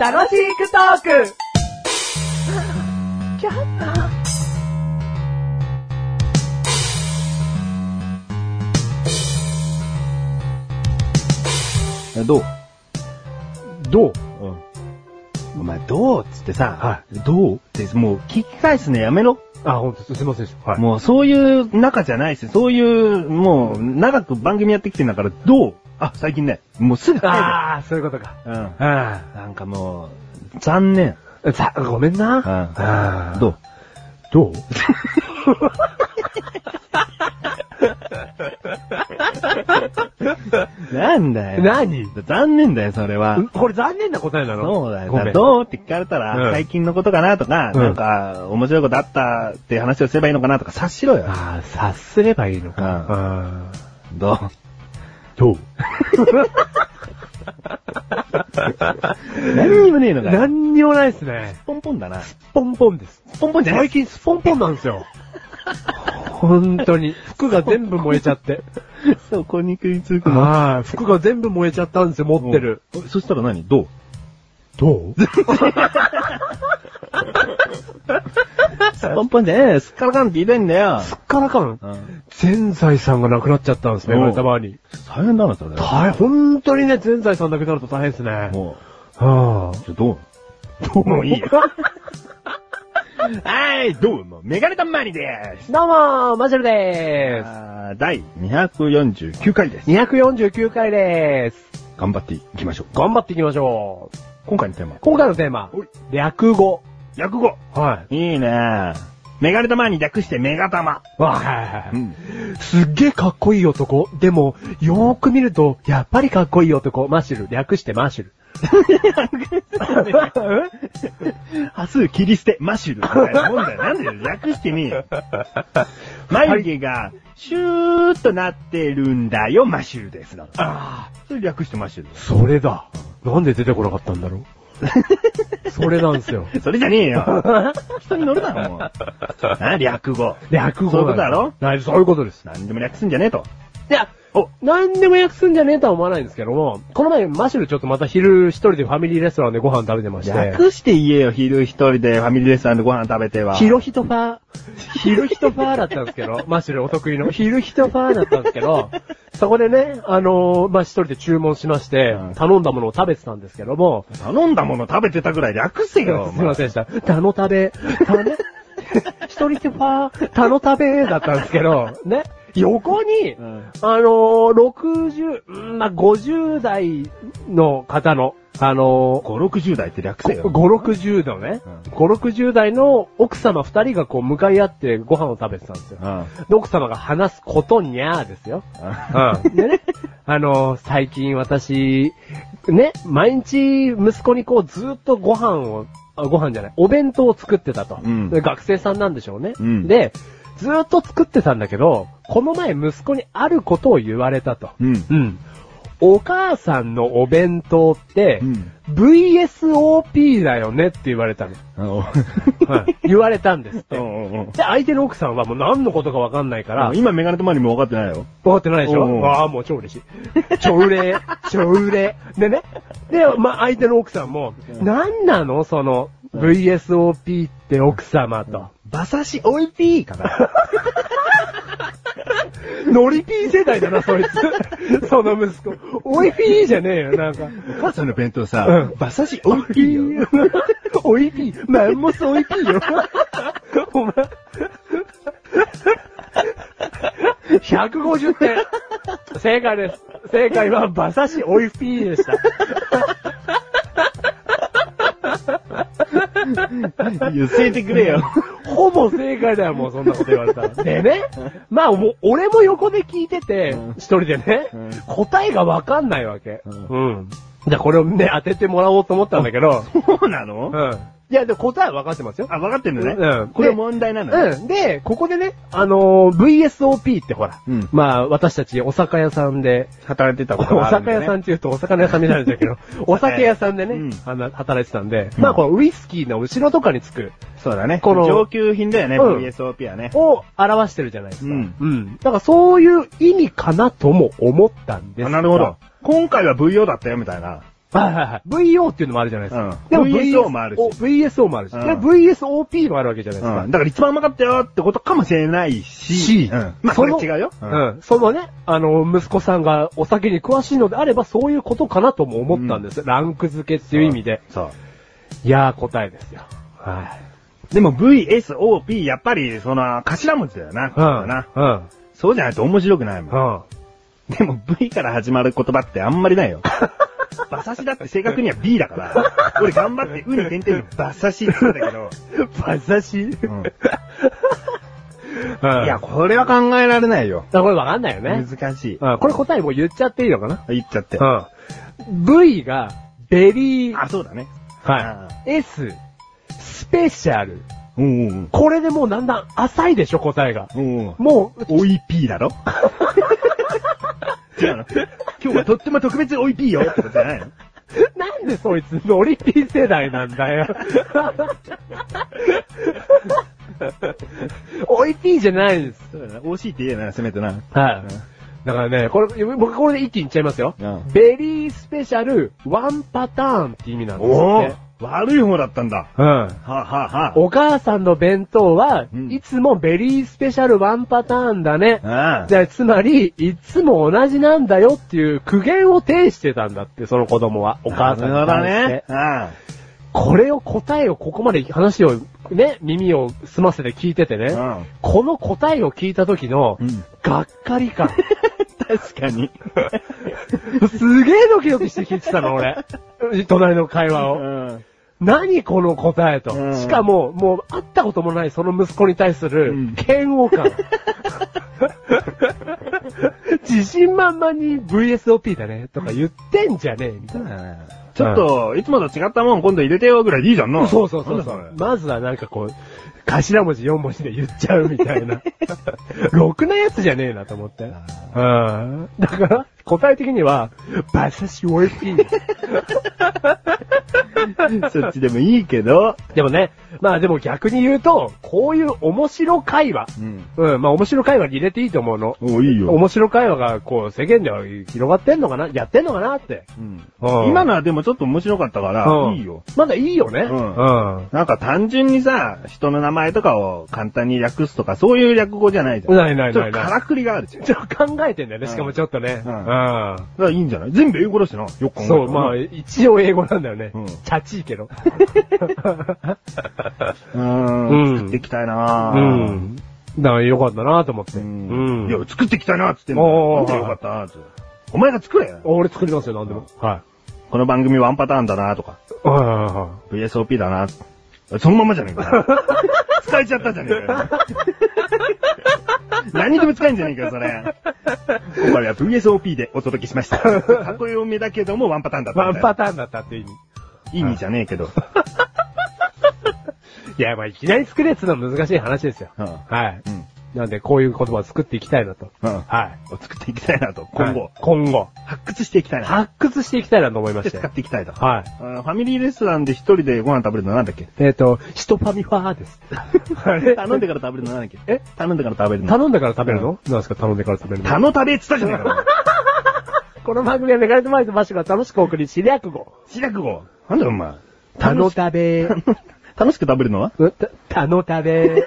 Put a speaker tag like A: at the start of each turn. A: 楽しくトーク
B: どう
C: どう
B: お前、どうっつってさ、
C: は
B: どうって、もう聞き返すのやめろ。
C: あ、ほんと、すいませんでした。はい。
B: もうそういう仲じゃないし、そういう、もう、長く番組やってきてんだから、どうあ、最近ね、もうすぐ帰る。
C: ああ、そういうことか。
B: うん。
C: あ
B: なんかもう、残念。
C: あ。さ、ごめん
B: うん。
C: な。あー
B: どう
C: どう
B: なんだよ。
C: 何
B: 残念だよ、それは。
C: んこれ残念な答えなの
B: そうだよ
C: ごめ
B: な。
C: ん。
B: どうって聞かれた
C: う
B: ら、
C: ん
B: 最近のことかなとか、
C: うん
B: なんか、面白いことあったって話をすればいいのかなとか、察しろよ。
C: ああ、察すればいいの
B: うん
C: か。
B: どう
C: ど う
B: 何にもねえのかよ。
C: 何にもないですね。
B: ポンポンだな。
C: ポンポンです。
B: ポンポンじゃない
C: 最近スポンポンなんですよ。本当に。服が全部燃えちゃって。
B: そう、こに食いつくの。
C: はい。服が全部燃えちゃったんですよ、持ってる。
B: うん。そしたら何どう
C: どう
B: ポンポンじゃねえよ。すっからかんって言いたいんだよ。
C: すっからかん。
B: うん
C: 全財産がなくなっちゃったんです
B: お
C: ね、
B: う
C: 言われた場合に。
B: 大変だな、それ。
C: 大変、本当にね、全財産なくなると大変ですね。は
B: も
C: あ。
B: う、ちょ、どう
C: ど
B: もういいよ。はい、どうも、メガネタマニで
C: どうもマジェル
B: す。
C: でーす。
B: あー第249回です。
C: 249回でーす。
B: 頑張っていきましょう。
C: 頑張っていきましょう。
B: 今回のテーマ、
C: 今回のテーマ
B: おい、
C: 略語。
B: 略語。
C: はい
B: いねメガネタマに略してメガタマ。
C: い。わあ
B: う、 ん。
C: すっげえかっこいい男。でも、よーく見ると、やっぱりかっこいい男。マシュル。略してマシュル。
B: 多数切り捨て、マシュルみたいなもんだよ。なんでよ略してみえ よ。眉毛が、シューっとなってるんだよ、マシュルです。だから
C: ああ、
B: それ略してマシュルで
C: それだ。なんで出てこなかったんだろ う。それなんですよ。
B: す。それじゃねえ よ。人に乗るだろ、もう。あ、略語。
C: 略語
B: そういうことだ
C: なん
B: ろ
C: はいそういうことです。
B: 何でも略すんじゃねえと。
C: いや、お、なんでも訳すんじゃねえとは思わないんですけども、この前マシュルちょっとまた昼一人でファミリーレストランでご飯食べてまして、
B: 略して言えよ、昼一人でファミリーレストランでご飯食べては。
C: ヒロヒトファー、ヒロヒトファーだったんですけ ど、マシュルお得意のヒロヒトファーだったんですけど、そこでね、あのーまあ、一人で注文しまして
B: うん、
C: 頼んだものを食べてたんですけども、
B: 頼んだもの食べてたぐらい略せ
C: すい
B: よ。お前
C: ませんでした。タの食べ、タ ね、一人でファー、タの食べだったんですけど、ね、横に、
B: うん
C: あのー、60、うんまあ、50代の方の、あのー、
B: 5、60代って略せ
C: 5、
B: よ。
C: 60代のね、
B: うん
C: 5、60代の奥様2人がこう向かい合ってご飯を食べてたんですよ。
B: うん。
C: で、奥様が話すことにゃーですよ。うん。でね、あのー、最近私、ね、毎日息子にこうずっとご飯を、あご飯じゃない、お弁当を作ってたと。
B: うん
C: で学生さんなんでしょうね。
B: うん
C: で、ずっと作ってたんだけど、この前息子にあることを言われたと。
B: うん。
C: うん。お母さんのお弁当って、
B: うん
C: VSOP だよねって言われたの。はい、言われたんですって。で、相手の奥さんはもう何のことかわかんないから、
B: 今メガネとマリも分かってないよ。
C: わかってないでし
B: おうおう
C: ょわあ、もう超嬉しい。超嬉、超嬉。でね。で、まあ、相手の奥さんも、何なのその、VSOP って奥様と。
B: 馬刺しおいぴーかな。
C: ノリピー世代だな、そいつ。その息子。おいピーじゃねえよ、なんか。
B: お母さんの弁当さ
C: うん
B: 馬刺しおいぴーよ。
C: おいぴー、マンモスおいぴーよ。お前。150点。正解です。正解は、馬刺しおいぴーでした。
B: 言せてくれよ。
C: ほぼ正解だよ、もうそんなこと言われたら。でね、まあもう、俺も横で聞いてて
B: うん、
C: 一人でね
B: うん、
C: 答えがわかんないわけ。
B: う
C: うん。じゃあこれをね、当ててもらおうと思ったんだけど、
B: そうなの
C: うん。いや、でも答えはわかってますよ。
B: あ、分かってんのね。
C: うん
B: これ問題なのね。
C: うん。で、ここでね、あのー VSOP ってほら、
B: うん
C: まあ、私たちお酒屋さんで、
B: 働いてたこと
C: お
B: があるん
C: 酒
B: だよ
C: 屋
B: ね。
C: さんって言うとお魚屋さんになるんだ けど、お酒屋さんでね、
B: うん
C: あの働いてたんで、
B: うん
C: まあ、このウイスキーの後ろとかにつく、
B: そうだね。
C: この
B: 上級品だよね、
C: うん
B: VSOP はね。
C: を表してるじゃないですか。
B: うん
C: だからそういう意味かなとも思ったんですが
B: あなるほど。今回は VO だったよみたいな。
C: はいはいはい。VO っていうのもあるじゃないですか。
B: うん VSO
C: VS
B: もあるし
C: お VSO もあるし。
B: うん
C: で VSOP もあるわけじゃないですか。
B: うん。だから一番うまかったよってことかもしれないし。
C: し
B: うん。まあ、そ
C: そ
B: れ
C: の
B: 違うよ。
C: う。ん。そのね、あの、息子さんがお酒に詳しいのであれば、そういうことかなとも思ったんです。ランク付けっていう意味で。
B: そう。
C: いやー、答えですよ。はい。
B: でも VSOP、やっぱり、その、頭文字だよな。な。
C: うん。
B: そうじゃないと面白くないもん。
C: うん。
B: でも V から始まる言葉ってあんまりない よ。馬刺しだって正確には B だから、俺頑張ってウに点々に馬刺しって言うんだけど、
C: 馬刺し、うん、
B: いや、これは考えられないよ。
C: これわかんないよね。
B: 難しい。
C: うん、これ答えもう言っちゃっていいのかな
B: 言っちゃって。
C: うん。V が、ベリー、
B: あ、そうだね。あ
C: はい。S、スペシャル。
B: うんうん
C: これでもうだんだん浅いでしょ、答えが。
B: うん。うんうん。
C: もう、
B: おい P だろ 違うの今日はとっても特別おい P よってことじゃないの
C: なんでそいつノリピ世代なんだよ。 おいピーじゃないです。
B: そうだな。惜しいって言えな、せめてな。
C: はい。だからね、これ、僕これで一気にいっちゃいますよ。
B: うん
C: ベリースペシャルワンパターンって意味なんですっ
B: お
C: て。
B: 悪い方だったんだ。
C: うん。
B: はあ、はあはあ、
C: お母さんの弁当は、
B: うん
C: いつもベリースペシャルワンパターンだね。
B: ああ
C: じゃあ、つまり、いつも同じなんだよっていう苦言を呈してたんだって、その子供は。お母さんに
B: なるほど
C: 対して。
B: ね。ああ
C: これを答えをここまで話をね、耳を澄ませて聞いててね、
B: うん
C: この答えを聞いた時の、
B: うん
C: がっかり感。
B: 確かに。
C: すげえドキドキして聞いてたの、俺。隣の会話
B: う
C: を。
B: ん。
C: 何この答えと。
B: うん
C: しかも、もう会ったこともないその息子に対する
B: うん、
C: 嫌悪 感。自信満々に VSOP だね、とか言ってんじゃねえ、みたいな。
B: ちょっと、いつもと違ったもん今度入れてよぐらいでいいじゃんな。
C: そうそうそうそ
B: なん
C: う。
B: だ
C: まずはなんかこう、頭文字4文字で言っちゃうみた いな。ろくなやつじゃねえなと思って。うん。だから、答え的には、馬刺しおいしい。
B: それそっちでもいいけど。
C: でもね、まあでも逆に言うと、こういう面白会話。
B: うん。
C: うん、まあ面白会話に入れていいと思うの。
B: お、いいよ。
C: 面白会話がこう世間では広がってんのかなやってんのかなって。
B: うん
C: うん
B: 今のはでもちょっと面白かったから、
C: うん
B: いいよ。。
C: まだいいよね。
B: うん
C: うん
B: なんか単純にさ、人の名前とかを簡単に略すとか、そういう略語じゃないじゃん。
C: ないないないない
B: ちょっとからくりがあるじゃん。だ
C: ちょっと考えてんだよね、しかもちょっとね。
B: うん
C: うん
B: からいいんじゃない全部英語だしな。よく考えた
C: そ
B: ら
C: う、まあ、一応英語なんだよね。
B: うん
C: チャチいけど。
B: うん。
C: うん
B: 作っていきたいな
C: う。ん。だからよかったなと思って。
B: う。
C: うんん。
B: いや、作っていきたいなっつってんの。な
C: お
B: ん
C: ー
B: でよかったなって。お前が作れよ
C: 俺作りますよ、なんでも。は
B: この番組ワンパターンだなとか、
C: い。はいはいは
B: VSOP だな。そのままじゃねえ かよ。使えちゃったじゃねえかよ。何にでも使えんじゃねえかよ、それ。今回は VSOP でお届けしま した。箱読みだけどもワンパターンだっ
C: い。
B: た
C: ワ
B: ん
C: ン
B: だよ。
C: パターンだったって意味。
B: 意味じゃねえけど。
C: いや、まあ、いきなり作れっつうのは難しい話ですよ。
B: うん
C: はい。
B: うん。
C: なんで、こういう言葉を作っていきたいなと。
B: うん
C: はい。
B: 作っていきたいなと。今
C: は
B: 後
C: い、今後。
B: 発掘していきたいな。
C: 発掘していきたいなと思いま
B: で
C: し
B: 使
C: て
B: っ。ていきたいと。あ
C: はい。
B: ーファミリーレストランで一人でご飯食べるのなんだっけ
C: えっと、シトファミファーです。
B: 頼んでから食べるのなんだっけ
C: え
B: 頼んでから食べるの。
C: 頼んだから食べるの何ですか頼んでから食べるの
B: 頼食べっつったじゃねえかよ。
C: この番組はメガネとマイとマシュが楽しくお送り、知り合く語。
B: シラクゴ。なんだよ、お前。
C: たのたべー。
B: 楽しく食べるのは
C: うた、たのたべー。